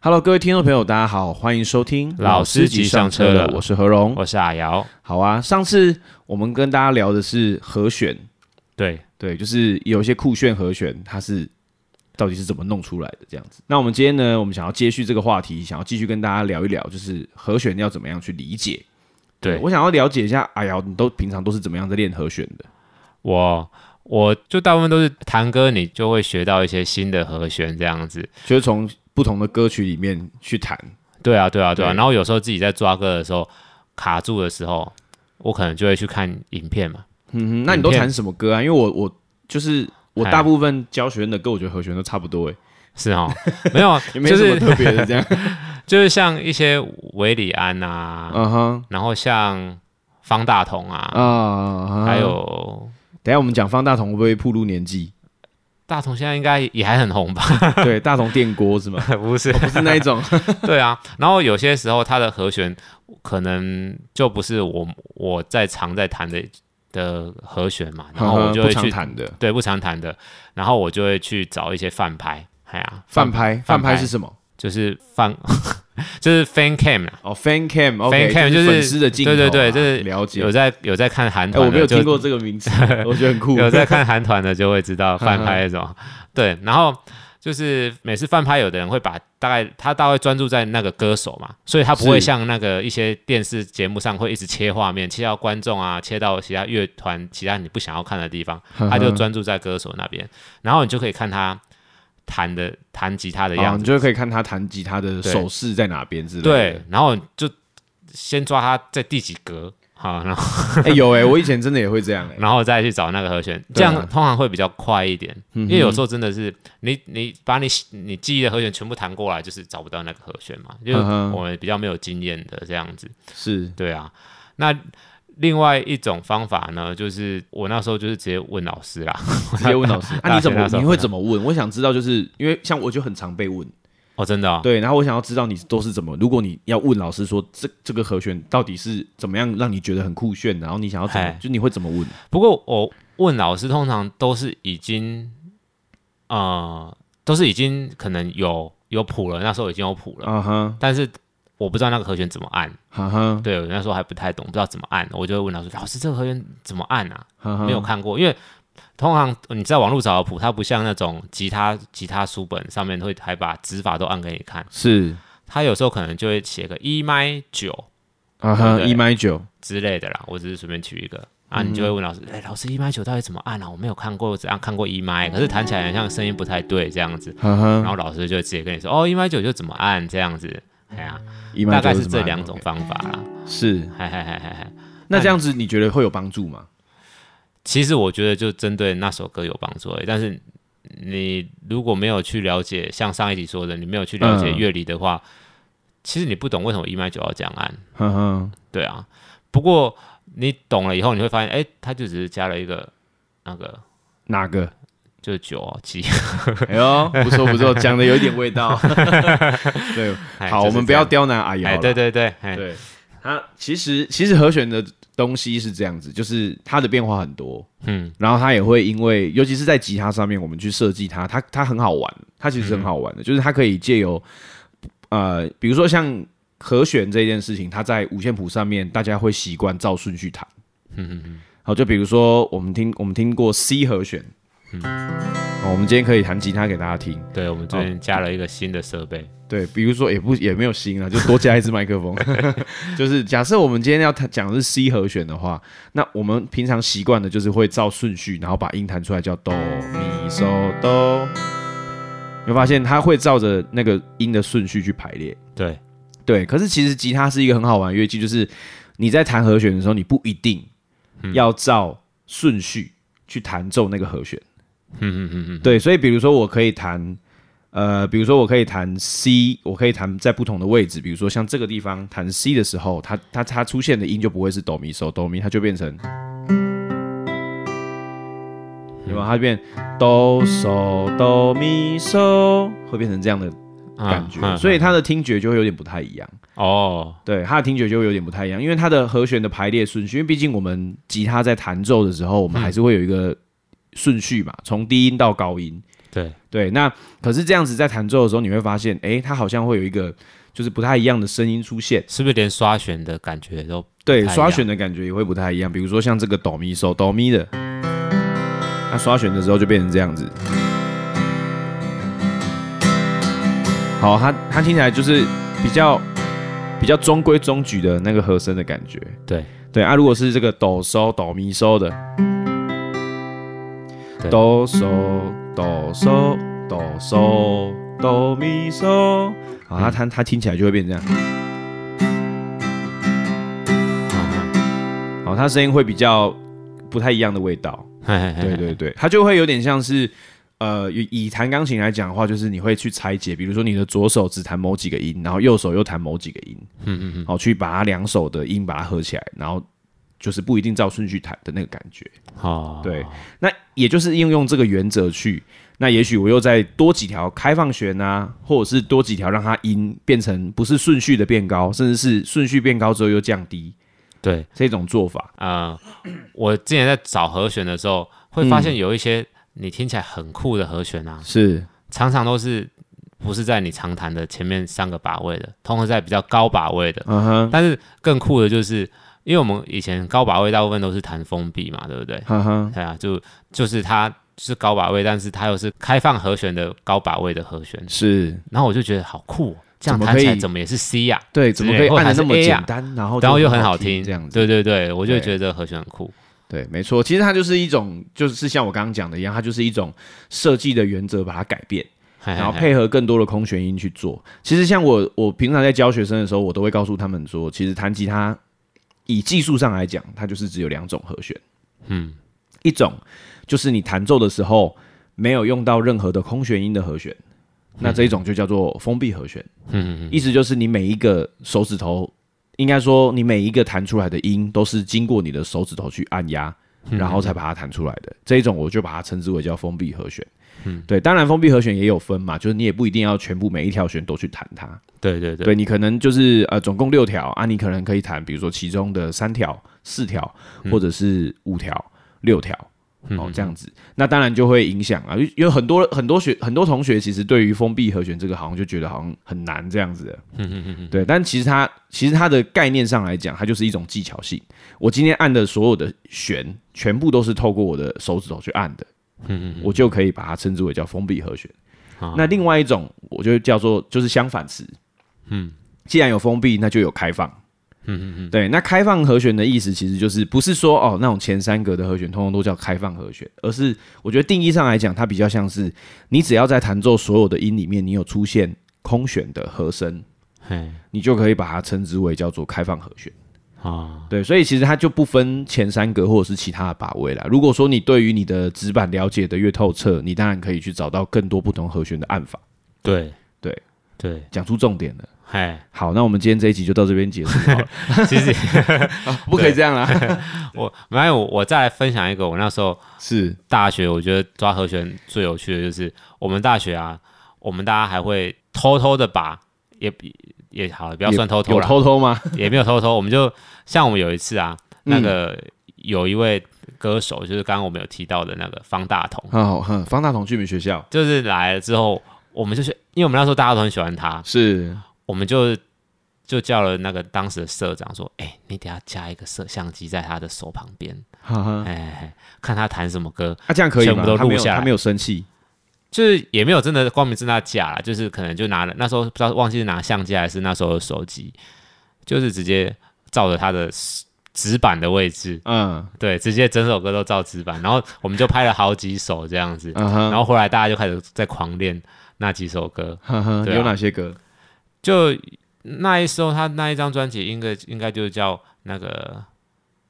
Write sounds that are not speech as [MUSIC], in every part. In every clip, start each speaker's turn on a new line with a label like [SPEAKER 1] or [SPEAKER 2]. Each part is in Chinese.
[SPEAKER 1] Hello，各位听众朋友，大家好，欢迎收听
[SPEAKER 2] 老司机上车了
[SPEAKER 1] 我是何荣。
[SPEAKER 2] 我是阿瑶，
[SPEAKER 1] 好啊，上次我们跟大家聊的是和弦，
[SPEAKER 2] 对，
[SPEAKER 1] 对，就是有一些酷炫和弦，它是到底是怎么弄出来的这样子。那我们今天呢，我们想要接续这个话题，想要继续跟大家聊一聊，就是和弦要怎么样去理解。
[SPEAKER 2] 对
[SPEAKER 1] 我想要了解一下，哎呀，你都平常都是怎么样在练和弦的？
[SPEAKER 2] 我我就大部分都是弹歌，你就会学到一些新的和弦这样子。
[SPEAKER 1] 就是从不同的歌曲里面去弹，
[SPEAKER 2] 对啊，对啊，对啊。
[SPEAKER 1] 对
[SPEAKER 2] 然后有时候自己在抓歌的时候卡住的时候，我可能就会去看影片嘛。
[SPEAKER 1] 嗯哼，那你都
[SPEAKER 2] 影片
[SPEAKER 1] 弹什么歌啊？因为我我就是我
[SPEAKER 2] 嗨
[SPEAKER 1] 大部分教学生的歌，我觉得和弦都差不多哎、
[SPEAKER 2] 是
[SPEAKER 1] [LAUGHS]
[SPEAKER 2] 哦，没有，
[SPEAKER 1] 也没
[SPEAKER 2] 就
[SPEAKER 1] 什么
[SPEAKER 2] 是
[SPEAKER 1] 特别的这样。
[SPEAKER 2] [LAUGHS] 就是像一些维里安啊，
[SPEAKER 1] 嗯哼
[SPEAKER 2] 然后像方大同
[SPEAKER 1] 啊
[SPEAKER 2] 啊，
[SPEAKER 1] 啊，啊
[SPEAKER 2] 还，有
[SPEAKER 1] 等一下我们讲方大同会不会暴露年
[SPEAKER 2] [LAUGHS]
[SPEAKER 1] 纪？
[SPEAKER 2] 大同现在应该也还很红吧？
[SPEAKER 1] 对，大同电锅
[SPEAKER 2] [LAUGHS]
[SPEAKER 1] 是吗？哦
[SPEAKER 2] 不是，
[SPEAKER 1] 不是那一种，
[SPEAKER 2] [LAUGHS] 对啊，然后有些时候它的和弦可能就不是我我在常在弹的的和弦嘛，然后我
[SPEAKER 1] 嗯
[SPEAKER 2] 就
[SPEAKER 1] 不
[SPEAKER 2] 会
[SPEAKER 1] 常
[SPEAKER 2] 去
[SPEAKER 1] 弹的
[SPEAKER 2] 对不常弹的，然后我就会去找一些饭拍，哎呀，
[SPEAKER 1] 饭拍，饭
[SPEAKER 2] 饭
[SPEAKER 1] 拍
[SPEAKER 2] 拍
[SPEAKER 1] 是什么？
[SPEAKER 2] 就是饭 [LAUGHS] 就是 fan cam 啊，
[SPEAKER 1] 哦，fan cam，fan
[SPEAKER 2] Fan cam
[SPEAKER 1] 就
[SPEAKER 2] 就是是
[SPEAKER 1] 粉丝的镜头啊，
[SPEAKER 2] 对对对就是
[SPEAKER 1] 了解
[SPEAKER 2] 有。在有在看韩
[SPEAKER 1] 哎，我
[SPEAKER 2] 团
[SPEAKER 1] 没
[SPEAKER 2] 的，
[SPEAKER 1] 有
[SPEAKER 2] 就
[SPEAKER 1] 听过这个名
[SPEAKER 2] [LAUGHS]
[SPEAKER 1] 词，我觉得很酷。
[SPEAKER 2] 有
[SPEAKER 1] [LAUGHS]
[SPEAKER 2] 在看韩团的就会知
[SPEAKER 1] 嗯
[SPEAKER 2] 道饭拍那种，对，然后。就是每次饭拍，有的人会把大概他大概专注在那个歌手嘛，所以他不会
[SPEAKER 1] 是
[SPEAKER 2] 像那个一些电视节目上会一直切画面，切到观众啊，切到其他乐团、其他你不想要看的地方，
[SPEAKER 1] 嗯
[SPEAKER 2] 他就专注在歌手那边，然后你就可以看他弹的弹吉他的
[SPEAKER 1] 哦，
[SPEAKER 2] 样
[SPEAKER 1] 你
[SPEAKER 2] 子，
[SPEAKER 1] 就可以看他弹吉他的
[SPEAKER 2] 对
[SPEAKER 1] 手势在哪边之类
[SPEAKER 2] 对
[SPEAKER 1] 的。，
[SPEAKER 2] 然后就先抓他在第几格，好，然后
[SPEAKER 1] 对，哎，有哎，我以前真的也会这样
[SPEAKER 2] [LAUGHS]
[SPEAKER 1] 哎。
[SPEAKER 2] 然后再去找那个和弦，这
[SPEAKER 1] 对啊
[SPEAKER 2] 样通常会比较快一点，
[SPEAKER 1] 嗯
[SPEAKER 2] 因为有时候真的是你你把你你记忆的和弦全部弹过来，就是找不到那个和弦嘛，因为
[SPEAKER 1] 嗯哼
[SPEAKER 2] 我们比较没有经验的这样子， [LAUGHS]
[SPEAKER 1] 是，
[SPEAKER 2] 对啊，那。另外一种方法呢，就是我那时候就是直接问老师啦，
[SPEAKER 1] 直接问老师，啊，
[SPEAKER 2] 大
[SPEAKER 1] 你
[SPEAKER 2] 学
[SPEAKER 1] 怎么
[SPEAKER 2] 那时候
[SPEAKER 1] 你会怎么问？我想知道，就是因为像我就很常被问，
[SPEAKER 2] 哦，真的、哦，
[SPEAKER 1] 对，然后我想要知道你都是怎么，如果你要问老师说这这个和弦到底是怎么样让你觉得很酷炫，然后你想要怎么
[SPEAKER 2] 嗨，
[SPEAKER 1] 就你会怎么问？
[SPEAKER 2] 不过我问老师，通常都是已经，呃，都是已经可能有有谱了，那时候已经有谱了，
[SPEAKER 1] 啊哈，
[SPEAKER 2] 但是我不知道那个和弦怎么按。
[SPEAKER 1] 哈哈，
[SPEAKER 2] 对，我那时候还不太懂，不知道怎么按，我就会问老师：“老师，这个和弦怎么按啊？”
[SPEAKER 1] 哈
[SPEAKER 2] 没有
[SPEAKER 1] 哈，
[SPEAKER 2] 看过，因为通常你在网络找的谱，它不像那种吉他吉他书本上面会还把指法都按给你看，
[SPEAKER 1] 是
[SPEAKER 2] 它有时候可能就会写个一麦九
[SPEAKER 1] 啊哈，
[SPEAKER 2] 对
[SPEAKER 1] 一麦九，
[SPEAKER 2] 之类的啦，我只是随便取一个。啊，你就会问老师，
[SPEAKER 1] 嗯
[SPEAKER 2] 哎、老师一麦九到底怎么按啊？我没有看过，我只按看过一麦，可是弹起来很像声音不太对这样子。
[SPEAKER 1] 哈
[SPEAKER 2] 然
[SPEAKER 1] 哈，
[SPEAKER 2] 后老师就直接跟你说，哦，一麦九就怎么按这样子。哎呀、
[SPEAKER 1] 嗯一麦
[SPEAKER 2] 大
[SPEAKER 1] 九
[SPEAKER 2] 概
[SPEAKER 1] 是
[SPEAKER 2] 是
[SPEAKER 1] 怎么
[SPEAKER 2] 这
[SPEAKER 1] 按
[SPEAKER 2] 两种方法啦。
[SPEAKER 1] 是。
[SPEAKER 2] 嘿嘿嘿嘿嘿。
[SPEAKER 1] 那这样子你觉得会有帮助吗？
[SPEAKER 2] 其实我觉得就针对那首歌有帮助而已，但是你如果没有去了解，像上一集说的，你没有去了解
[SPEAKER 1] 嗯
[SPEAKER 2] 乐理的话，其实你不懂为什么一麦九要这样按。
[SPEAKER 1] 哈哈，
[SPEAKER 2] 对啊，不过你懂了以后，你会发现，哎、它就只是加了一个那个
[SPEAKER 1] 哪个？
[SPEAKER 2] 就是九哦七。
[SPEAKER 1] 哎呦，不错不错，讲的有一点味
[SPEAKER 2] [LAUGHS]
[SPEAKER 1] 道。对，
[SPEAKER 2] 哎
[SPEAKER 1] 好，
[SPEAKER 2] 就
[SPEAKER 1] 我
[SPEAKER 2] 是
[SPEAKER 1] 们不
[SPEAKER 2] 这样
[SPEAKER 1] 要刁难阿瑶
[SPEAKER 2] 哎，
[SPEAKER 1] 了。
[SPEAKER 2] 对对对，哎，
[SPEAKER 1] 对，它其实其实和弦的东西是这样子，就是它的变化很多，
[SPEAKER 2] 嗯，
[SPEAKER 1] 然后它也会因为，尤其是在吉他上面，我们去设计它，它它很好玩，它其实很好玩的，就是它可以借由呃，比如说像和弦这件事情，它在五线谱上面大家会习惯照顺序弹，好，就比如说我们听我们听过 C 和弦，哦，我们今天可以弹吉他给大家听。
[SPEAKER 2] 对，我们最近加了一个新的设备，
[SPEAKER 1] 对，比如说也不也没有新啊，就多加一支麦克风。就是假设我们今天要弹讲的是 C 和弦的话，那我们平常习惯的就是会照顺序，然后把音弹出来叫哆咪嗦哆。你会发现它会照着那个音的顺序去排列。
[SPEAKER 2] 对，
[SPEAKER 1] 对，可是其实吉他是一个很好玩的乐器，就是你在弹和弦的时候，你不一定要照顺序去弹奏那个和弦。
[SPEAKER 2] 嗯嗯嗯嗯，
[SPEAKER 1] 对，所以比如说我可以弹，呃，比如说我可以弹 C，我可以弹在不同的位置，比如说像这个地方弹 C 的时候，它它它出现的音就不会是哆咪嗦哆咪，它就变成，有没有？它就变哆嗦哆咪嗦，会变成这样的
[SPEAKER 2] 啊
[SPEAKER 1] 感觉，
[SPEAKER 2] 嗯
[SPEAKER 1] 所以它的听觉就会有点不太一样。
[SPEAKER 2] 哦，
[SPEAKER 1] 对，它的听觉就会有点不太一样，因为它的和弦的排列顺序，因为毕竟我们
[SPEAKER 2] 嗯
[SPEAKER 1] 吉他在弹奏的时候，我们还是会有一个顺序嘛，从低音到高音。
[SPEAKER 2] 对
[SPEAKER 1] 对，那可是这样子在弹奏的时候，你会发现，诶，它好像会有一个就是不太一样的声音出现。
[SPEAKER 2] 是不是连刷弦的感觉都
[SPEAKER 1] 对
[SPEAKER 2] 不太一样
[SPEAKER 1] 刷弦的感觉也会不太一样。比如说像这个哆咪嗦哆咪的，那刷弦的时候就变成这样子。好，它它听起来就是比较比较中规中矩的那个和声的感觉。
[SPEAKER 2] 对
[SPEAKER 1] 对啊，如果是这个哆嗦哆咪嗦的，
[SPEAKER 2] 对
[SPEAKER 1] 哆嗦哆嗦哆嗦哆咪嗦，好，它它它听起来就会变成这样。
[SPEAKER 2] 嗯
[SPEAKER 1] 哦，它声音会比较不太一样的味道。
[SPEAKER 2] 嘿嘿嘿
[SPEAKER 1] [LAUGHS] 对对对，它就会有点像是，呃，以以弹钢琴来讲的话，就是你会去拆解，比如说你的左手只弹某几个音，然后右手又弹某几个音，
[SPEAKER 2] 嗯嗯嗯，
[SPEAKER 1] 好、去把它两手的音把它合起来，然后就是不一定照顺序弹的那个感觉。
[SPEAKER 2] 哦，
[SPEAKER 1] 对，那也就是应用这个原则去，那也许我又再多几条开放弦啊，或者是多几条让它音变成不是顺序的变高，甚至是顺序变高之后又降低
[SPEAKER 2] 对，
[SPEAKER 1] 这种做法。
[SPEAKER 2] 呃，我之前在找和弦的时候，会发
[SPEAKER 1] 嗯
[SPEAKER 2] 现有一些你听起来很酷的和弦啊，
[SPEAKER 1] 是，
[SPEAKER 2] 常常都是不是在你常弹的前面三个把位的，通常在比较高把位的。
[SPEAKER 1] 嗯哼，
[SPEAKER 2] 但是更酷的就是，因为我们以前高把位大部分都是弹封闭嘛，对不对？
[SPEAKER 1] 哈哈，
[SPEAKER 2] 对啊，就就是它是高把位，但是它又是开放和弦的高把位的和弦，
[SPEAKER 1] 是。
[SPEAKER 2] 然后我就觉得好酷、哦，这
[SPEAKER 1] 怎
[SPEAKER 2] 样
[SPEAKER 1] 么
[SPEAKER 2] 弹起
[SPEAKER 1] 可
[SPEAKER 2] 来
[SPEAKER 1] 以
[SPEAKER 2] 怎么也是 C 呀、
[SPEAKER 1] 对，
[SPEAKER 2] 之
[SPEAKER 1] 怎么
[SPEAKER 2] 类
[SPEAKER 1] 可以
[SPEAKER 2] 或
[SPEAKER 1] 按的
[SPEAKER 2] 还是
[SPEAKER 1] 那么
[SPEAKER 2] A
[SPEAKER 1] 简
[SPEAKER 2] 啊
[SPEAKER 1] 单，然后
[SPEAKER 2] 然后
[SPEAKER 1] 就
[SPEAKER 2] 又很
[SPEAKER 1] 好
[SPEAKER 2] 好听，
[SPEAKER 1] 这样子？
[SPEAKER 2] 对对对，我就
[SPEAKER 1] 对
[SPEAKER 2] 觉得和弦很酷。
[SPEAKER 1] 对，没错。其实它就是一种，就是像我刚刚讲的一样，它就是一种设计的原则，把它改变，
[SPEAKER 2] 嘿嘿
[SPEAKER 1] 然后
[SPEAKER 2] 嘿
[SPEAKER 1] 配合更多的空弦音去做。其实像我，我平常在教学生的时候，我都会告诉他们说，其实弹吉他以技术上来讲，它就是只有两种和弦，
[SPEAKER 2] 嗯，
[SPEAKER 1] 一种就是你弹奏的时候没有用到任何的空弦音的和弦，那这一种就叫做封闭和弦。
[SPEAKER 2] 嗯嗯嗯
[SPEAKER 1] 意思就是你每一个手指头，应该说你每一个弹出来的音都是经过你的手指头去按压，
[SPEAKER 2] 嗯
[SPEAKER 1] 然后才把它弹出来的。这一种我就把它称之为叫封闭和弦。嗯，对，当然封闭和弦也有分嘛，就是你也不一定要全部每一条弦都去弹它。
[SPEAKER 2] 嗯，对对对
[SPEAKER 1] 对你可能就是呃总共六条啊，你可能可以弹，比如说其中的三条、四条，
[SPEAKER 2] 嗯
[SPEAKER 1] 或者是五条、六条。哦，这样子，那当然就会影响啊，因为有很多很多学很多同学其实对于封闭和弦这个好像就觉得好像很难这样子的，
[SPEAKER 2] 嗯
[SPEAKER 1] 对，但其实它其实它的概念上来讲，它就是一种技巧性。我今天按的所有的弦，全部都是透过我的手指头去按的，嗯嗯，我就可以把它称之为叫封闭和弦。
[SPEAKER 2] 啊
[SPEAKER 1] 那另外一种，我就叫做就是相反词，既然有封闭，那就有开放。嗯嗯嗯，对，那开放和弦的意思其实就是不是说哦那种前三格的和弦通通都叫开放和弦，而是我觉得定义上来讲，它比较像是你只要在弹奏所有的音里面，你有出现空弦的和声，
[SPEAKER 2] 嘿
[SPEAKER 1] 你就可以把它称之为叫做开放和弦。
[SPEAKER 2] 啊，
[SPEAKER 1] 对，所以其实它就不分前三格或者是其他的把位啦。如果说你对于你的指板了解的越透彻，你当然可以去找到更多不同和弦的按法。
[SPEAKER 2] 对
[SPEAKER 1] 对
[SPEAKER 2] 对，
[SPEAKER 1] 讲出重点了。
[SPEAKER 2] 嘿，
[SPEAKER 1] 好，那我们今天这一集就到这边结束
[SPEAKER 2] [LAUGHS]
[SPEAKER 1] 好了，
[SPEAKER 2] 其实
[SPEAKER 1] [LAUGHS] 不可以这样
[SPEAKER 2] [LAUGHS]
[SPEAKER 1] 啦。
[SPEAKER 2] 我没有，我再来分享一个，我那时候
[SPEAKER 1] 是，
[SPEAKER 2] 大学，我觉得抓和弦最有趣的就是我们大学啊，我们大家还会偷偷的把也也好，不
[SPEAKER 1] 不
[SPEAKER 2] 要算偷偷
[SPEAKER 1] 有
[SPEAKER 2] 了，
[SPEAKER 1] 偷偷
[SPEAKER 2] [LAUGHS]
[SPEAKER 1] 吗？
[SPEAKER 2] 也没有偷偷，我们就像我们有一次啊，那
[SPEAKER 1] 嗯
[SPEAKER 2] 个有一位歌手，就是刚刚我们有提到的那个方大同，
[SPEAKER 1] 哦，哼，方大同去你们学校
[SPEAKER 2] 就是来了之后，我们就是因为我们那时候大家都很喜欢他， [LAUGHS]
[SPEAKER 1] 是
[SPEAKER 2] 我们就就叫了那个当时的社长说：“哎、你等一下加一个摄像机在他的手旁边，
[SPEAKER 1] 哈哈，
[SPEAKER 2] 哎、看他弹什么歌。
[SPEAKER 1] 啊，这样可以
[SPEAKER 2] 全
[SPEAKER 1] 吗
[SPEAKER 2] 部都？
[SPEAKER 1] 他没
[SPEAKER 2] 录
[SPEAKER 1] 有，
[SPEAKER 2] 下来
[SPEAKER 1] 他没有生气，”
[SPEAKER 2] 就是也没有真的光明正大假啦，就是可能就拿了那时候不知道忘记是拿相机还是那时候的手机，就是直接照着他的纸板的位置，
[SPEAKER 1] 嗯
[SPEAKER 2] 对，直接整首歌都照纸板，然后我们就拍了好几首这样子，
[SPEAKER 1] 嗯
[SPEAKER 2] 啊然
[SPEAKER 1] 哼，
[SPEAKER 2] 后后来大家就开始在狂练那几首歌，
[SPEAKER 1] 哈哈，
[SPEAKER 2] 对啊
[SPEAKER 1] 有哪些歌？
[SPEAKER 2] 就那一时候，他那一张专辑应该应该就叫那个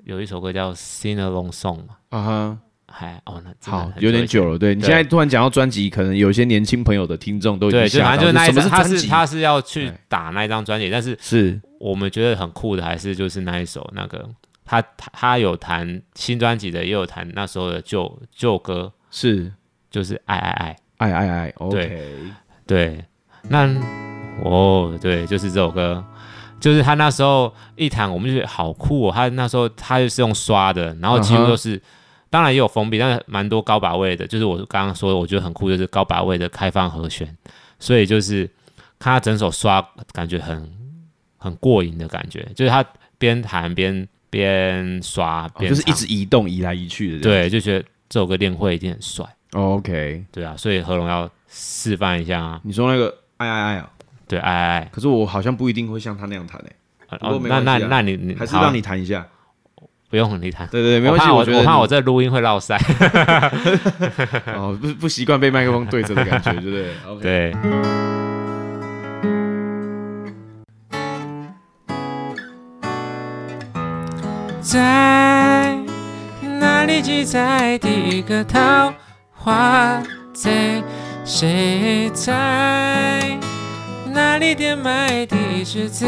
[SPEAKER 2] 有一首歌叫《Sing Along Song》嘛，
[SPEAKER 1] 啊哈，
[SPEAKER 2] 还哦那真的
[SPEAKER 1] 好
[SPEAKER 2] 很，
[SPEAKER 1] 有点
[SPEAKER 2] 以前
[SPEAKER 1] 久了。对你
[SPEAKER 2] 对
[SPEAKER 1] 现在突然讲到专辑，可能有些年轻朋友的听众都已经
[SPEAKER 2] 对，就
[SPEAKER 1] 吓
[SPEAKER 2] 反
[SPEAKER 1] 到，
[SPEAKER 2] 正就是那一
[SPEAKER 1] 什么
[SPEAKER 2] 张，
[SPEAKER 1] 是
[SPEAKER 2] 他
[SPEAKER 1] 专
[SPEAKER 2] 是
[SPEAKER 1] 辑？
[SPEAKER 2] 他是要去
[SPEAKER 1] 对
[SPEAKER 2] 打那一张专辑，但是
[SPEAKER 1] 是
[SPEAKER 2] 我们觉得很酷的还是就是那一首那个他他他有弹新专辑的，也有弹那时候的旧旧歌，
[SPEAKER 1] 是，
[SPEAKER 2] 就是《爱爱爱》。
[SPEAKER 1] 哎哎哎，OK，
[SPEAKER 2] 对，那哦，对，就是这首歌，就是他
[SPEAKER 1] 嗯
[SPEAKER 2] 那时候一弹，我们就觉得好酷哦。他那时候他就是用刷的，然后几乎都是当然也有封闭，但是蛮多高把位的，就是我刚刚说的，我觉得很酷，就是高把位的开放和弦，所以就是看他整首刷，感觉很很过瘾的感觉，就是他边弹边边刷
[SPEAKER 1] 哦
[SPEAKER 2] 边、
[SPEAKER 1] 就是一直移动移来移去的这样。
[SPEAKER 2] 对，就觉得这首歌练会一定很帅，
[SPEAKER 1] 哦，OK，
[SPEAKER 2] 对啊，所以何龙要示范一下啊，
[SPEAKER 1] 你说那个爱爱爱啊，
[SPEAKER 2] 对，哎哎
[SPEAKER 1] 可是我好像不一定会像他那样弹欸诶，
[SPEAKER 2] 哎，
[SPEAKER 1] 不过
[SPEAKER 2] 哦，
[SPEAKER 1] 没
[SPEAKER 2] 那那
[SPEAKER 1] 关系啊
[SPEAKER 2] 那你你
[SPEAKER 1] 还是
[SPEAKER 2] 好
[SPEAKER 1] 让你弹一下。
[SPEAKER 2] 不用你弹，
[SPEAKER 1] 对对对，没
[SPEAKER 2] 我
[SPEAKER 1] 关系，
[SPEAKER 2] 怕我
[SPEAKER 1] 觉得
[SPEAKER 2] 怕
[SPEAKER 1] 你
[SPEAKER 2] 我这录音会落塞，
[SPEAKER 1] 哦不不习惯被麦克风对着的感觉，对不对？OK，
[SPEAKER 2] 对。在哪里记载第一个桃花贼？谁在哪里店买第一只紫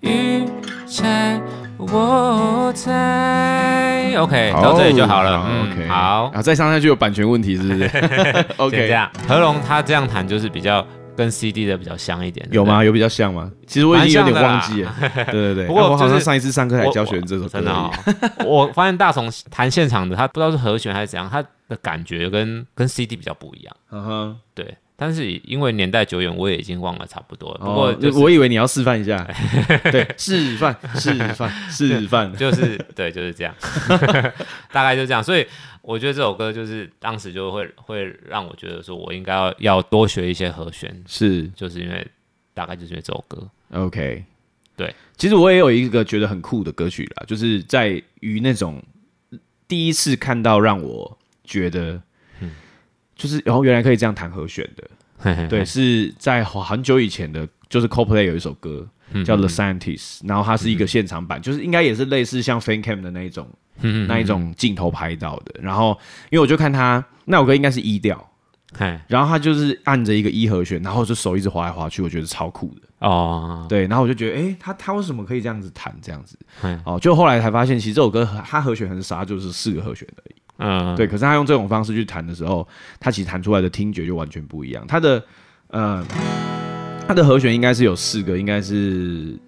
[SPEAKER 2] 玉钗？我猜。OK，到这里就好了。
[SPEAKER 1] OK，
[SPEAKER 2] 嗯，好。
[SPEAKER 1] 啊，再上下去有版权问题，是不
[SPEAKER 2] [LAUGHS]
[SPEAKER 1] 是
[SPEAKER 2] 这
[SPEAKER 1] ？OK，
[SPEAKER 2] 样，合龙他这样弹就是比较跟 CD 的比较像一点，
[SPEAKER 1] 有吗？有比较像吗？其实我已经有点忘
[SPEAKER 2] 蛮像
[SPEAKER 1] 记
[SPEAKER 2] 的
[SPEAKER 1] 了。对对对，
[SPEAKER 2] 不过
[SPEAKER 1] 啊我好
[SPEAKER 2] 就
[SPEAKER 1] 像
[SPEAKER 2] 是
[SPEAKER 1] 上一次上课还
[SPEAKER 2] 我
[SPEAKER 1] 教学这首歌而已，
[SPEAKER 2] 真的、哦， [LAUGHS] 我发现大同弹现场的，他不知道是和弦还是怎样，他的感觉跟跟 CD 比较不一样。
[SPEAKER 1] 嗯哼。
[SPEAKER 2] 对，但是因为年代久远，我也已经忘了差不多了。不过
[SPEAKER 1] 哦，
[SPEAKER 2] 就是、，
[SPEAKER 1] 我以为你要示范一下，对，示范示范示范
[SPEAKER 2] [LAUGHS] 就是对，就是这样， [LAUGHS] 大概就这样。所以我觉得这首歌就是当时就会会让我觉得说我应该要要多学一些和弦，
[SPEAKER 1] 是
[SPEAKER 2] 就是因为大概就是因为这首歌。
[SPEAKER 1] OK，
[SPEAKER 2] 对，
[SPEAKER 1] 其实我也有一个觉得很酷的歌曲啦，就是在于那种第一次看到让我觉得，就是然后、哦原来可以这样弹和弦的，
[SPEAKER 2] 嗯 [LAUGHS]
[SPEAKER 1] 对，是在很久以前的，就是 CoPlay 有一首歌
[SPEAKER 2] 嗯
[SPEAKER 1] 叫 The Scientist，、然后它是一个现场版，就是应该也是类似像 Fan Cam 的那一种、
[SPEAKER 2] 嗯
[SPEAKER 1] 那一种镜头拍到的，然后因为我就看他那首歌应该是 E 调。
[SPEAKER 2] 嘿，
[SPEAKER 1] 然后他就是按着一个 E 一和弦，然后就手一直滑来滑去，我觉得超酷的。
[SPEAKER 2] 哦，
[SPEAKER 1] 对，然后我就觉得，哎、他他为什么可以这样子弹这样子
[SPEAKER 2] 嗯？
[SPEAKER 1] 哦，就后来才发现，其实这首歌和它和弦很傻，就是四个和弦而已。
[SPEAKER 2] 嗯，
[SPEAKER 1] 对，可是他用这种方式去弹的时候，他其实弹出来的听觉就完全不一样。它的呃，它的和弦应该是有四个，应该是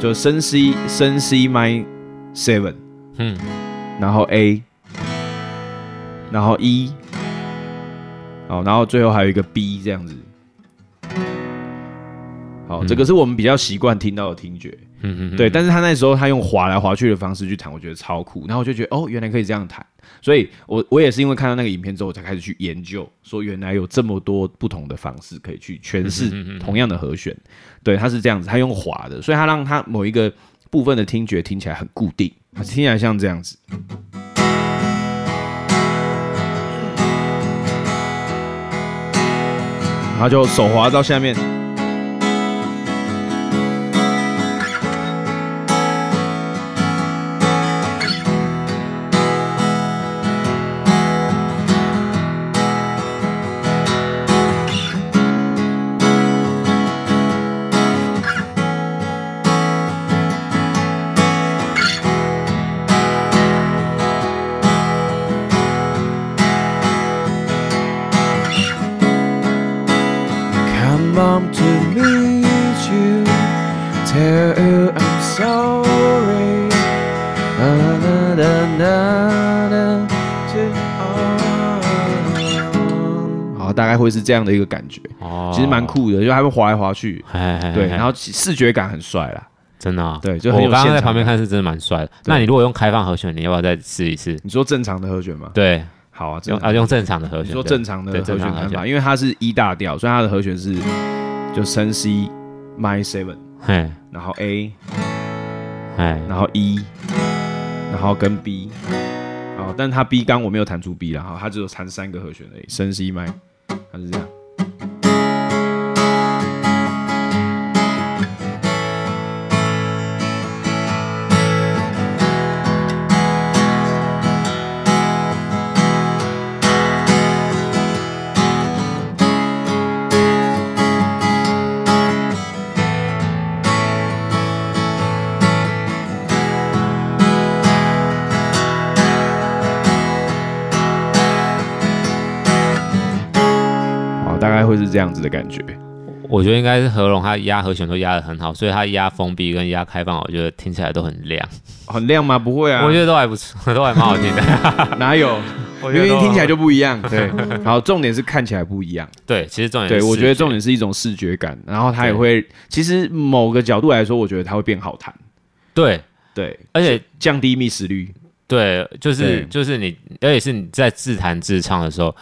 [SPEAKER 1] 就升 C 升 C mi seven，
[SPEAKER 2] 嗯，
[SPEAKER 1] 然后 A，然后 E，好，然后最后还有一个 B 这样子。好，这个是我们比较习惯听到的听觉，
[SPEAKER 2] 嗯嗯，
[SPEAKER 1] 对。但是他那时候他用滑来滑去的方式去弹，我觉得超酷。然后我就觉得哦，原来可以这样弹。所以我我也是因为看到那个影片之后，我才开始去研究，说原来有这么多不同的方式可以去诠释同样的和弦。对，它是这样子，它用滑的，所以它让它某一个部分的听觉听起来很固定，它听起来像这样子。然后就手滑到下面，
[SPEAKER 3] Come on to meet you. Tell you I'm sorry. Na, na, na, na, na, to on.
[SPEAKER 1] 好，大概会是这样的一个感觉，
[SPEAKER 2] 哦，
[SPEAKER 1] 其实蛮，酷的，就它会滑来滑去，
[SPEAKER 2] 哎，
[SPEAKER 1] 对，然后其视觉感很帅啦。
[SPEAKER 2] 真的、啊，
[SPEAKER 1] 对就很
[SPEAKER 2] 我
[SPEAKER 1] 有
[SPEAKER 2] 刚刚
[SPEAKER 1] 现
[SPEAKER 2] 在
[SPEAKER 1] 场
[SPEAKER 2] 旁边看是真的蛮帅的。那你如果用开放和弦，你要不要再试一试？
[SPEAKER 1] 你说正常的和弦吗？
[SPEAKER 2] 对，
[SPEAKER 1] 好啊，正
[SPEAKER 2] 用
[SPEAKER 1] 常
[SPEAKER 2] 啊用正常的和
[SPEAKER 1] 你
[SPEAKER 2] 弦。
[SPEAKER 1] 说
[SPEAKER 2] 对
[SPEAKER 1] 正常的
[SPEAKER 2] 对
[SPEAKER 1] 和
[SPEAKER 2] 正
[SPEAKER 1] 弦
[SPEAKER 2] 常的
[SPEAKER 1] 弹
[SPEAKER 2] 和
[SPEAKER 1] 法，
[SPEAKER 2] 弦，
[SPEAKER 1] 因为它是一大调，所以它的和弦是就升 C mi seven，
[SPEAKER 2] 嘿，
[SPEAKER 1] 然后 A，
[SPEAKER 2] 哎，
[SPEAKER 1] 然后 E，然后跟 B，哦，但是它 B 刚我没有弹出 B 啦，哈，它只有弹三个和弦而已，升 C mi，它是这样。好，大概会是这样子的感觉。
[SPEAKER 2] 我觉得应该是合龙，他压和弦都压的很好，所以他压封闭跟压开放，我觉得听起来都很亮，
[SPEAKER 1] 很亮吗？不会啊，
[SPEAKER 2] 我觉得都还不错， [LAUGHS] 都还蛮好听
[SPEAKER 1] [LAUGHS]
[SPEAKER 2] 的。
[SPEAKER 1] 哪有，
[SPEAKER 2] 我觉
[SPEAKER 1] 明
[SPEAKER 2] 得
[SPEAKER 1] 明
[SPEAKER 2] 都
[SPEAKER 1] 听起来就不一
[SPEAKER 2] [LAUGHS]
[SPEAKER 1] 样。对，好，重点是看起来不一样。
[SPEAKER 2] 对，其实重点
[SPEAKER 1] 对，
[SPEAKER 2] 是
[SPEAKER 1] 我觉得重
[SPEAKER 2] 视
[SPEAKER 1] 点是一种视觉感，然后它也
[SPEAKER 2] 对
[SPEAKER 1] 会，其实某个角度来说，我觉得它会变好弹。
[SPEAKER 2] 觉对，
[SPEAKER 1] 对，
[SPEAKER 2] 而且
[SPEAKER 1] 降低 miss 率。
[SPEAKER 2] 对，就是
[SPEAKER 1] 对
[SPEAKER 2] 就是你，而且是你在自弹自唱的时候，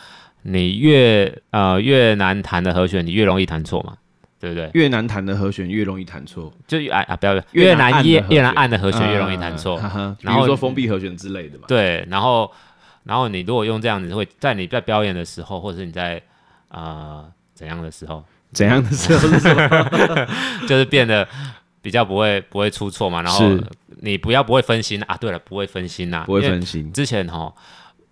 [SPEAKER 2] 你越呃越难弹的和弦，你越容易弹错嘛，对不对？
[SPEAKER 1] 越难弹的和弦越容易弹错，
[SPEAKER 2] 就越啊啊不要
[SPEAKER 1] 越
[SPEAKER 2] 越
[SPEAKER 1] 难按
[SPEAKER 2] 难
[SPEAKER 1] 的
[SPEAKER 2] 越
[SPEAKER 1] 和
[SPEAKER 2] 越难
[SPEAKER 1] 弦
[SPEAKER 2] 按的和弦越容易弹错
[SPEAKER 1] 嗯，哈哈比
[SPEAKER 2] 然
[SPEAKER 1] 如
[SPEAKER 2] 后
[SPEAKER 1] 说封闭和弦之类的嘛。
[SPEAKER 2] 对，然后然后你如果用这样子，会在你在表演的时候，或者是你在呃怎样的时候，
[SPEAKER 1] 怎样的时
[SPEAKER 2] [LAUGHS]
[SPEAKER 1] 候是什么？
[SPEAKER 2] 就是变得比较不会不会出错嘛，然后
[SPEAKER 1] 是
[SPEAKER 2] 你不要不会分心啊。对了，不会分心呐、
[SPEAKER 1] 不会
[SPEAKER 2] 因为
[SPEAKER 1] 分心。
[SPEAKER 2] 之前哈，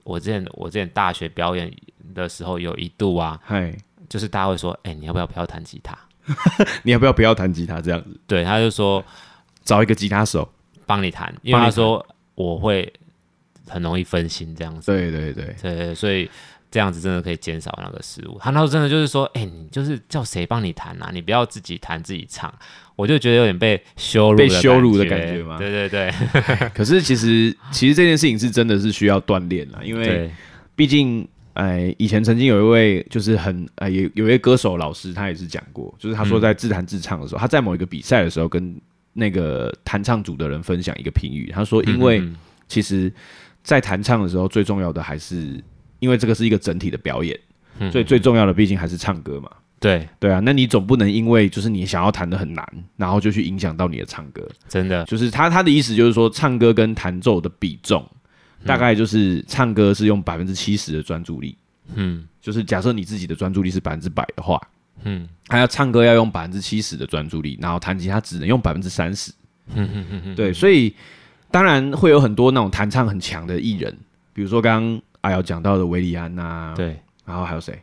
[SPEAKER 2] 我之前我之前大学表演的时候有一度啊，
[SPEAKER 1] 嗨，
[SPEAKER 2] 就是大家会说，哎、你要不要不要弹吉他？
[SPEAKER 1] 你要不要不要弹吉他这样子？
[SPEAKER 2] 对，他就说
[SPEAKER 1] 找一个吉他手。
[SPEAKER 2] 帮你弹，因为
[SPEAKER 1] 帮你
[SPEAKER 2] 他
[SPEAKER 1] 弹
[SPEAKER 2] 说我会很容易分心这样子。
[SPEAKER 1] 对对对，
[SPEAKER 2] 对，所以这样子真的可以减少那个失误。他那时候真的就是说，哎、你就是叫谁帮你弹啊？你不要自己弹自己唱。我就觉得有点被羞辱的
[SPEAKER 1] 被
[SPEAKER 2] 感觉，
[SPEAKER 1] 羞辱的感觉吗
[SPEAKER 2] 对对对，
[SPEAKER 1] [LAUGHS] 可是其实其实这件事情是真的是需要锻炼啦，因为
[SPEAKER 2] 对
[SPEAKER 1] 毕竟。哎，以前曾经有一位就是很哎有有一位歌手老师，他也是讲过，就是他
[SPEAKER 2] 嗯
[SPEAKER 1] 说在自弹自唱的时候，他在某一个比赛的时候跟那个弹唱组的人分享一个评语，他说因为
[SPEAKER 2] 嗯嗯
[SPEAKER 1] 其实，在弹唱的时候最重要的还是因为这个是一个整体的表演，
[SPEAKER 2] 嗯
[SPEAKER 1] 所以最重要的毕竟还是唱歌嘛。
[SPEAKER 2] 对，
[SPEAKER 1] 对啊，那你总不能因为就是你想要弹的很难，然后就去影响到你的唱歌。
[SPEAKER 2] 真的
[SPEAKER 1] 就是他他的意思就是说，唱歌跟弹奏的比重，大概就是唱歌是用百分之七十的专注力，
[SPEAKER 2] 嗯，
[SPEAKER 1] 就是假设你自己的专注力是百分之百的话，
[SPEAKER 2] 嗯，
[SPEAKER 1] 他要唱歌要用百分之七十的专注力，然后弹吉他只能用百分之三十。
[SPEAKER 2] 嗯
[SPEAKER 1] 对，所以当然会有很多那种弹唱很强的艺人，比如说刚刚阿瑶讲到的维里安呐、
[SPEAKER 2] 对，
[SPEAKER 1] 然后还有谁？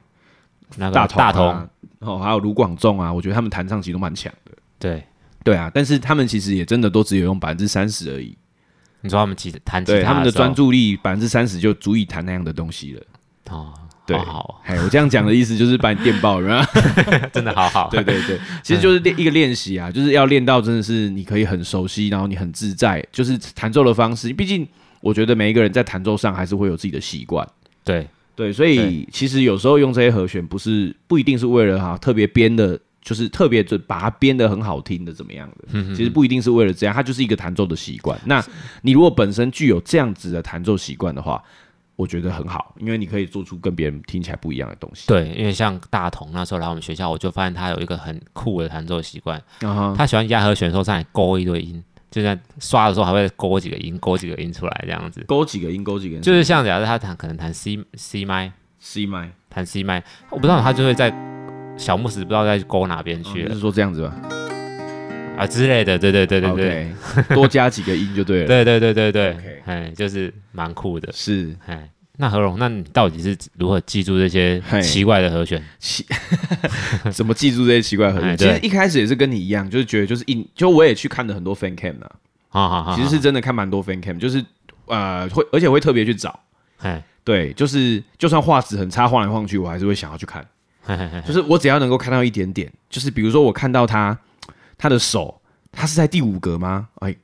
[SPEAKER 2] 那个
[SPEAKER 1] 啊大
[SPEAKER 2] 大
[SPEAKER 1] 同、
[SPEAKER 2] 同
[SPEAKER 1] 啊，，哦，还有卢广仲啊，我觉得他们弹唱其实都蛮强的。
[SPEAKER 2] 对，
[SPEAKER 1] 对啊，但是他们其实也真的都只有用百分之三十而已，
[SPEAKER 2] 你说他们其实弹吉
[SPEAKER 1] 对
[SPEAKER 2] 他
[SPEAKER 1] 他们的
[SPEAKER 2] 时候
[SPEAKER 1] 专注力百分之三十就足以弹那样的东西了。
[SPEAKER 2] 哦，
[SPEAKER 1] 对 [LAUGHS]
[SPEAKER 2] 好好，
[SPEAKER 1] 哎，我这样讲的意思就是把你电爆，有没有 [LAUGHS]
[SPEAKER 2] 真的好好，
[SPEAKER 1] 对对对，其实就是
[SPEAKER 2] 嗯
[SPEAKER 1] 练一个练习啊，就是要练到真的是你可以很熟悉，然后你很自在，就是弹奏的方式。毕竟我觉得每一个人在弹奏上还是会有自己的习惯。
[SPEAKER 2] 对
[SPEAKER 1] 对，所以其实有时候用这些和弦，不是不一定是为了哈、特别编的，就是特别就把它编的很好听的怎么样的，
[SPEAKER 2] 嗯
[SPEAKER 1] 其实不一定是为了这样，它就是一个弹奏的习惯。那你如果本身具有这样子的弹奏习惯的话，我觉得很好，因为你可以做出跟别人听起来不一样的东西。
[SPEAKER 2] 对，因为像大同那时候来我们学校，我就发现他有一个很酷的弹奏习惯，
[SPEAKER 1] 啊哈，
[SPEAKER 2] 他喜欢压和弦的时候上来勾一堆音，就在刷的时候还会勾几个音，勾几个音出来这样子。
[SPEAKER 1] 勾几个音，勾几个音，
[SPEAKER 2] 就是像假设他弹可能弹 C C 麦，
[SPEAKER 1] C 麦，
[SPEAKER 2] 弹 C 麦，我不知道他就会在小拇指不知道在勾哪边去
[SPEAKER 1] 嗯
[SPEAKER 2] 了、
[SPEAKER 1] 是说这样子吧？
[SPEAKER 2] 啊之类的，对对对对对
[SPEAKER 1] OK，多加几个音就对了。
[SPEAKER 2] 对对对对对
[SPEAKER 1] OK，
[SPEAKER 2] 哎，就是蛮酷的，
[SPEAKER 1] 是
[SPEAKER 2] 哎。那何荣，那你到底是如何记住这些
[SPEAKER 1] 嘿
[SPEAKER 2] 奇怪的和弦？
[SPEAKER 1] [LAUGHS] 怎么记住这些奇怪的和弦？
[SPEAKER 2] 哎
[SPEAKER 1] 其
[SPEAKER 2] 对
[SPEAKER 1] 实一开始也是跟你一样，就是觉得就是一，就我也去看了很多 fan cam 啊，
[SPEAKER 2] 好好好，
[SPEAKER 1] 其实是真的看蛮多 fan cam，就是呃会，而且会特别去找。
[SPEAKER 2] 哎，
[SPEAKER 1] 对，就是就算画质很差，晃来晃去，我还是会想要去看。
[SPEAKER 2] 嘿嘿嘿嘿
[SPEAKER 1] 就是我只要能够看到一点点，就是比如说我看到他他的手，他是在第五格吗？哎，哦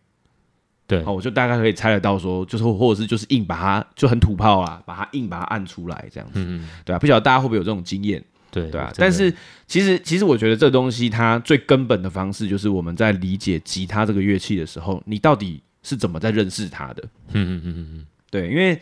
[SPEAKER 2] 对
[SPEAKER 1] 好，我就大概可以猜得到说，就是或者是就是硬把它就很土炮啊，把它硬把它按出来这样子，
[SPEAKER 2] 嗯
[SPEAKER 1] 对啊，不晓得大家会不会有这种经验？
[SPEAKER 2] 对
[SPEAKER 1] 对啊
[SPEAKER 2] 真的，
[SPEAKER 1] 但是其实其实我觉得这东西它最根本的方式就是我们在理解吉他这个乐器的时候，你到底是怎么在认识它的？
[SPEAKER 2] 嗯嗯嗯嗯，
[SPEAKER 1] 对，因为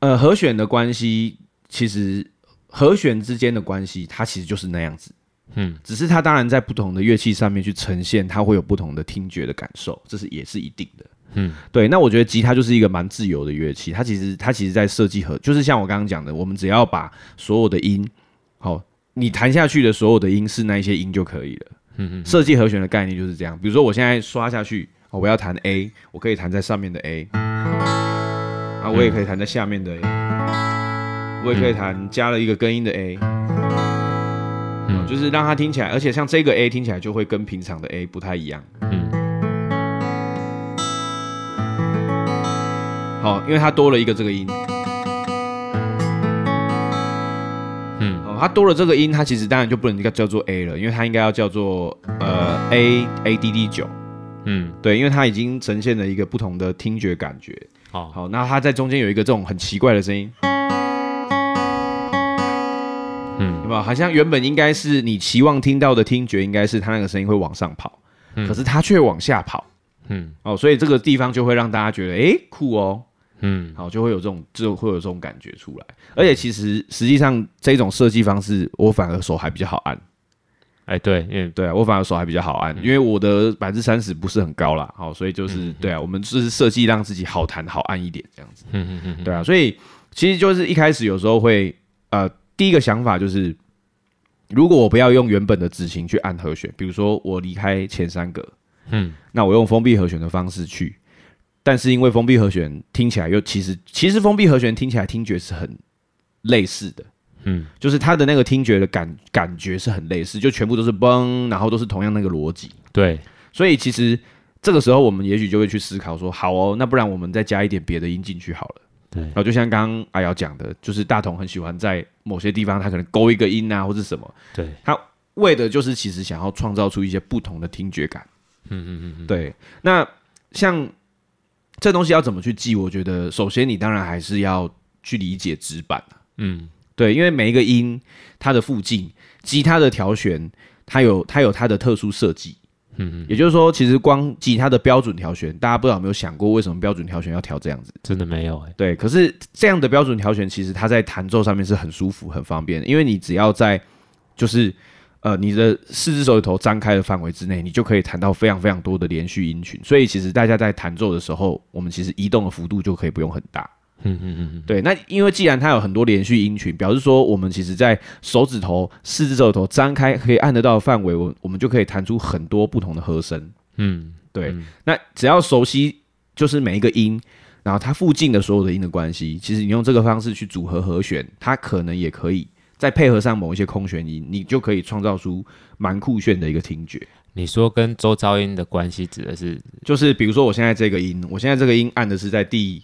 [SPEAKER 1] 呃和弦的关系，其实和弦之间的关系，它其实就是那样子。
[SPEAKER 2] 嗯，
[SPEAKER 1] 只是它当然在不同的乐器上面去呈现，它会有不同的听觉的感受，这是也是一定的。
[SPEAKER 2] 嗯，
[SPEAKER 1] 对。那我觉得吉他就是一个蛮自由的乐器，它其实它其实在设计和就是像我刚刚讲的，我们只要把所有的音，好、你弹下去的所有的音是那一些音就可以了。嗯嗯，设计和弦的概念就是这样。比如说我现在刷下去，哦我要弹 A，我可以弹在上面的 A，啊，我也可以弹在下面的 A，、我也可以弹加了一个根音的 A，、
[SPEAKER 2] 嗯
[SPEAKER 1] 就是让它听起来，而且像这个 A 听起来就会跟平常的 A 不太一样。
[SPEAKER 2] 嗯，
[SPEAKER 1] 好、因为它多了一个这个音，
[SPEAKER 2] 嗯
[SPEAKER 1] 哦，它多了这个音，它其实当然就不能叫叫做 A 了，因为它应该要叫做呃 A A D D 九，
[SPEAKER 2] 嗯，
[SPEAKER 1] 对，因为它已经呈现了一个不同的听觉感觉。
[SPEAKER 2] 哦，
[SPEAKER 1] 好，那它在中间有一个这种很奇怪的声音，
[SPEAKER 2] 嗯
[SPEAKER 1] 有没有？好像原本应该是你期望听到的听觉，应该是它那个声音会往上跑，
[SPEAKER 2] 嗯
[SPEAKER 1] 可是它却往下跑。
[SPEAKER 2] 嗯
[SPEAKER 1] 哦，所以这个地方就会让大家觉得，诶，酷哦，
[SPEAKER 2] 嗯，
[SPEAKER 1] 好，就会有这种，就会有这种感觉出来。而且其实实际上这种设计方式，我反而手还比较好按，
[SPEAKER 2] 哎，对，因为
[SPEAKER 1] 对啊，我反而手还比较好按，因为我的百分之三十不是很高啦，好，所以就是对啊，我们就是设计让自己好弹好按一点这样子，
[SPEAKER 2] 嗯嗯嗯，
[SPEAKER 1] 对啊，所以其实就是一开始有时候会，呃，第一个想法就是。如果我不要用原本的指型去按和弦，比如说我离开前三格，
[SPEAKER 2] 嗯
[SPEAKER 1] 那我用封闭和弦的方式去，但是因为封闭和弦听起来又其实其实封闭和弦听起来听觉是很类似的，
[SPEAKER 2] 嗯
[SPEAKER 1] 就是它的那个听觉的感感觉是很类似，就全部都是嘣，然后都是同样那个逻辑，
[SPEAKER 2] 对，
[SPEAKER 1] 所以其实这个时候我们也许就会去思考说，好哦，那不然我们再加一点别的音进去好了。
[SPEAKER 2] 对
[SPEAKER 1] 然后就像刚刚阿瑶讲的，就是大同很喜欢在某些地方，他可能勾一个音啊，或是什么，
[SPEAKER 2] 对，
[SPEAKER 1] 他为的就是其实想要创造出一些不同的听觉感。嗯嗯嗯，对。那像这东西要怎么去记？我觉得首先你当然还是要去理解指板啊
[SPEAKER 2] 嗯
[SPEAKER 1] 对，因为每一个音它的附近，吉他的调弦，它有它有它的特殊设计。
[SPEAKER 2] 嗯嗯，
[SPEAKER 1] 也就是说，其实光吉他的标准调弦，大家不知道有没有想过，为什么标准调弦要调这样子？
[SPEAKER 2] 真的没有哎，
[SPEAKER 1] 对，可是这样的标准调弦，其实它在弹奏上面是很舒服、很方便的，因为你只要在就是呃你的四只手指头张开的范围之内，你就可以弹到非常非常多的连续音群。所以其实大家在弹奏的时候，我们其实移动的幅度就可以不用很大。
[SPEAKER 2] 嗯嗯嗯
[SPEAKER 1] 对，那因为既然它有很多连续音群，表示说我们其实在手指头、四只手指头张开可以按得到的范围，我我们就可以弹出很多不同的和声。
[SPEAKER 2] 嗯
[SPEAKER 1] 对，那只要熟悉就是每一个音，然后它附近的所有的音的关系，其实你用这个方式去组合和弦，它可能也可以再配合上某一些空弦音，你就可以创造出蛮酷炫的一个听觉。
[SPEAKER 2] 嗯，你说跟周遭音的关系指的是，
[SPEAKER 1] 就是比如说我现在这个音，我现在这个音按的是在第，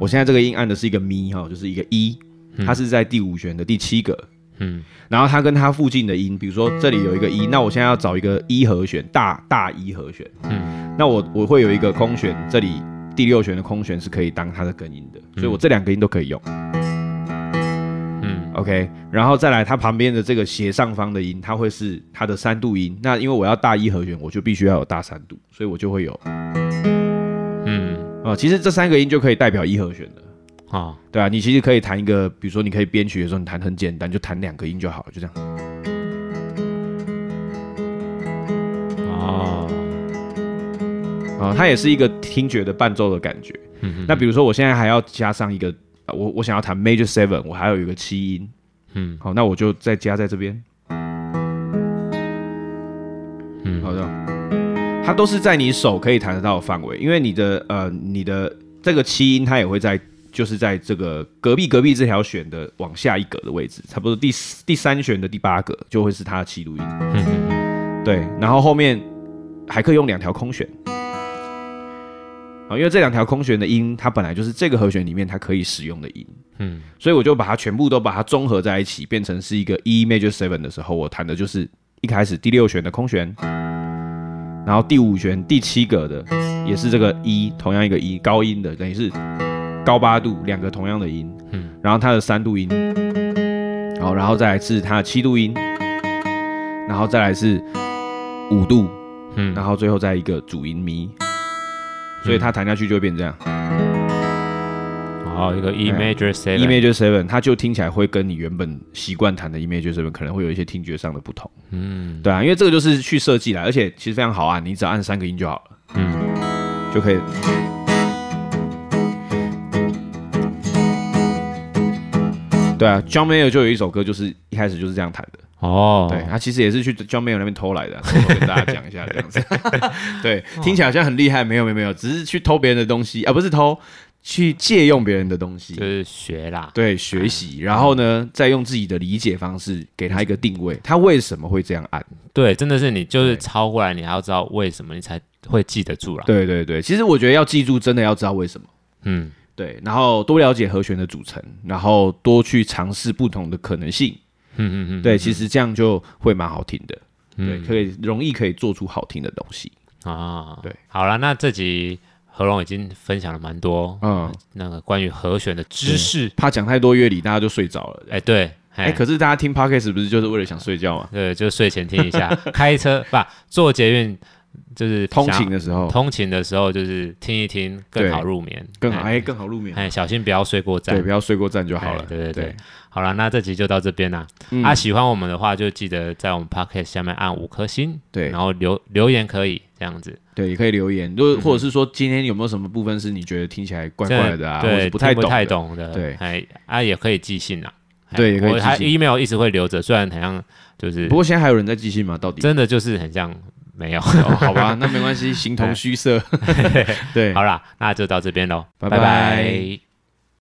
[SPEAKER 1] 我现在这个音按的是一个咪哈，就是一个一，它是在第五弦的第七个。
[SPEAKER 2] 嗯
[SPEAKER 1] 然后它跟它附近的音，比如说这里有一个一，那我现在要找一个一和弦，大大一和弦，
[SPEAKER 2] 嗯，
[SPEAKER 1] 那我我会有一个空弦，这里第六弦的空弦是可以当它的根音的，所以我这两个音都可以用。
[SPEAKER 2] 嗯
[SPEAKER 1] OK，然后再来它旁边的这个斜上方的音，它会是它的三度音。那因为我要大一和弦，我就必须要有大三度，所以我就会有啊、
[SPEAKER 2] 嗯
[SPEAKER 1] 哦其实这三个音就可以代表一和弦了。
[SPEAKER 2] 哦，
[SPEAKER 1] 对啊，你其实可以弹一个，比如说你可以编曲的时候，你弹很简单，就弹两个音就好了，就这样。
[SPEAKER 2] 哦，
[SPEAKER 1] 啊、它也是一个听觉的伴奏的感觉。那比如说，我现在还要加上一个，呃我我想要弹 Major Seven，我还有一个七音，
[SPEAKER 2] 嗯
[SPEAKER 1] 好，那我就再加在这边，
[SPEAKER 2] 嗯，
[SPEAKER 1] 好的，它都是在你手可以弹得到的范围，因为你的呃你的这个七音，它也会在就是在这个隔壁隔壁这条弦的往下一格的位置，差不多第四第三弦的第八格就会是它的七度音，
[SPEAKER 2] 嗯嗯
[SPEAKER 1] 对，然后后面还可以用两条空弦。哦好，因为这两条空弦的音，它本来就是这个和弦里面它可以使用的音，
[SPEAKER 2] 嗯
[SPEAKER 1] 所以我就把它全部都把它综合在一起，变成是一个 E major seven 的时候，我弹的就是一开始第六弦的空弦，然后第五弦第七个的也是这个一、同样一个一、高音的，等于是高八度两个同样的音，
[SPEAKER 2] 嗯
[SPEAKER 1] 然后它的三度音，好，然后再来是它的七度音，然后再来是五度，
[SPEAKER 2] 嗯
[SPEAKER 1] 然后最后再一个主音咪，所以它弹下去就会变这样。
[SPEAKER 2] 哦，一个 E
[SPEAKER 1] 哎
[SPEAKER 2] major seven，
[SPEAKER 1] E major seven，它就听起来会跟你原本习惯弹的 E major seven 可能会有一些听觉上的不同。
[SPEAKER 2] 嗯
[SPEAKER 1] 对啊，因为这个就是去设计啦，而且其实非常好按，你只要按三个音就好了，
[SPEAKER 2] 嗯
[SPEAKER 1] 就可以。对啊，John Mayer 就有一首歌，就是一开始就是这样弹的。
[SPEAKER 2] 哦，
[SPEAKER 1] 对，他其实也是去 John Mayer 那边偷来
[SPEAKER 2] [LAUGHS]
[SPEAKER 1] 的啊，偷偷跟大家讲一下这样子。对，
[SPEAKER 2] 哦
[SPEAKER 1] 听起来好像很厉害，没有没有没有，只是去偷别人的东西啊，不是偷，去借用别人的东西。
[SPEAKER 2] 就是学啦，
[SPEAKER 1] 对，学习，然后呢，再用自己的理解方式给他一个定位，他为什么会这样按？
[SPEAKER 2] 对，真的是你就是抄过来，你还要知道为什么，你才会记得住啦。
[SPEAKER 1] 对对对，其实我觉得要记住，真的要知道为什么。
[SPEAKER 2] 嗯，
[SPEAKER 1] 对，然后多了解和弦的组成，然后多去尝试不同的可能性。
[SPEAKER 2] 嗯嗯嗯，
[SPEAKER 1] 对，其实这样就会蛮好听的。对，
[SPEAKER 2] 嗯
[SPEAKER 1] 可以容易可以做出好听的东西。
[SPEAKER 2] 啊，
[SPEAKER 1] 对，
[SPEAKER 2] 好了，那这集何龙已经分享了蛮多
[SPEAKER 1] 嗯，
[SPEAKER 2] 那个关于和弦的知识，
[SPEAKER 1] 怕讲太多乐理，大家就睡着了。
[SPEAKER 2] 哎，对，
[SPEAKER 1] 嗯哎、
[SPEAKER 2] 哎，
[SPEAKER 1] 可是大家听 podcast 不是就是为了想睡觉吗？
[SPEAKER 2] 对，就睡前听
[SPEAKER 1] [LAUGHS]
[SPEAKER 2] 一下，开车不坐捷运就是
[SPEAKER 1] 通
[SPEAKER 2] 想
[SPEAKER 1] 勤的时候
[SPEAKER 2] 通勤的时候就是听一听更
[SPEAKER 1] 对
[SPEAKER 2] 好入眠，
[SPEAKER 1] 更好，
[SPEAKER 2] 哎
[SPEAKER 1] 哎、更好入眠。
[SPEAKER 2] 哎，小心不要睡过站
[SPEAKER 1] 对，。不要睡过站就好了。
[SPEAKER 2] 哎对对对
[SPEAKER 1] 对，
[SPEAKER 2] 好了，那这集就到这边啦。
[SPEAKER 1] 嗯
[SPEAKER 2] 啊，喜欢我们的话，就记得在我们 podcast 下面按五颗星，
[SPEAKER 1] 对
[SPEAKER 2] 然后留留言可以这样子，
[SPEAKER 1] 对，也可以留言，
[SPEAKER 2] 嗯
[SPEAKER 1] 就或者是说今天有没有什么部分是你觉得听起来怪怪的啊，或者
[SPEAKER 2] 对，
[SPEAKER 1] 是不太懂
[SPEAKER 2] 听不太
[SPEAKER 1] 的
[SPEAKER 2] 懂的，
[SPEAKER 1] 对
[SPEAKER 2] 哎，啊，也可以寄信啊，哎
[SPEAKER 1] 对也可以
[SPEAKER 2] 我
[SPEAKER 1] 寄
[SPEAKER 2] 他
[SPEAKER 1] 信
[SPEAKER 2] email 一直会留着，虽然好像就是
[SPEAKER 1] 不过现在还有人在寄信吗？到底？
[SPEAKER 2] 真的就是很像
[SPEAKER 1] [LAUGHS]
[SPEAKER 2] 没有。
[SPEAKER 1] 哦好吧，
[SPEAKER 2] [LAUGHS]
[SPEAKER 1] 那没关系，形同虚设。对，
[SPEAKER 2] 好啦，那就到这边喽，
[SPEAKER 1] 拜
[SPEAKER 2] 拜
[SPEAKER 1] 拜
[SPEAKER 2] 拜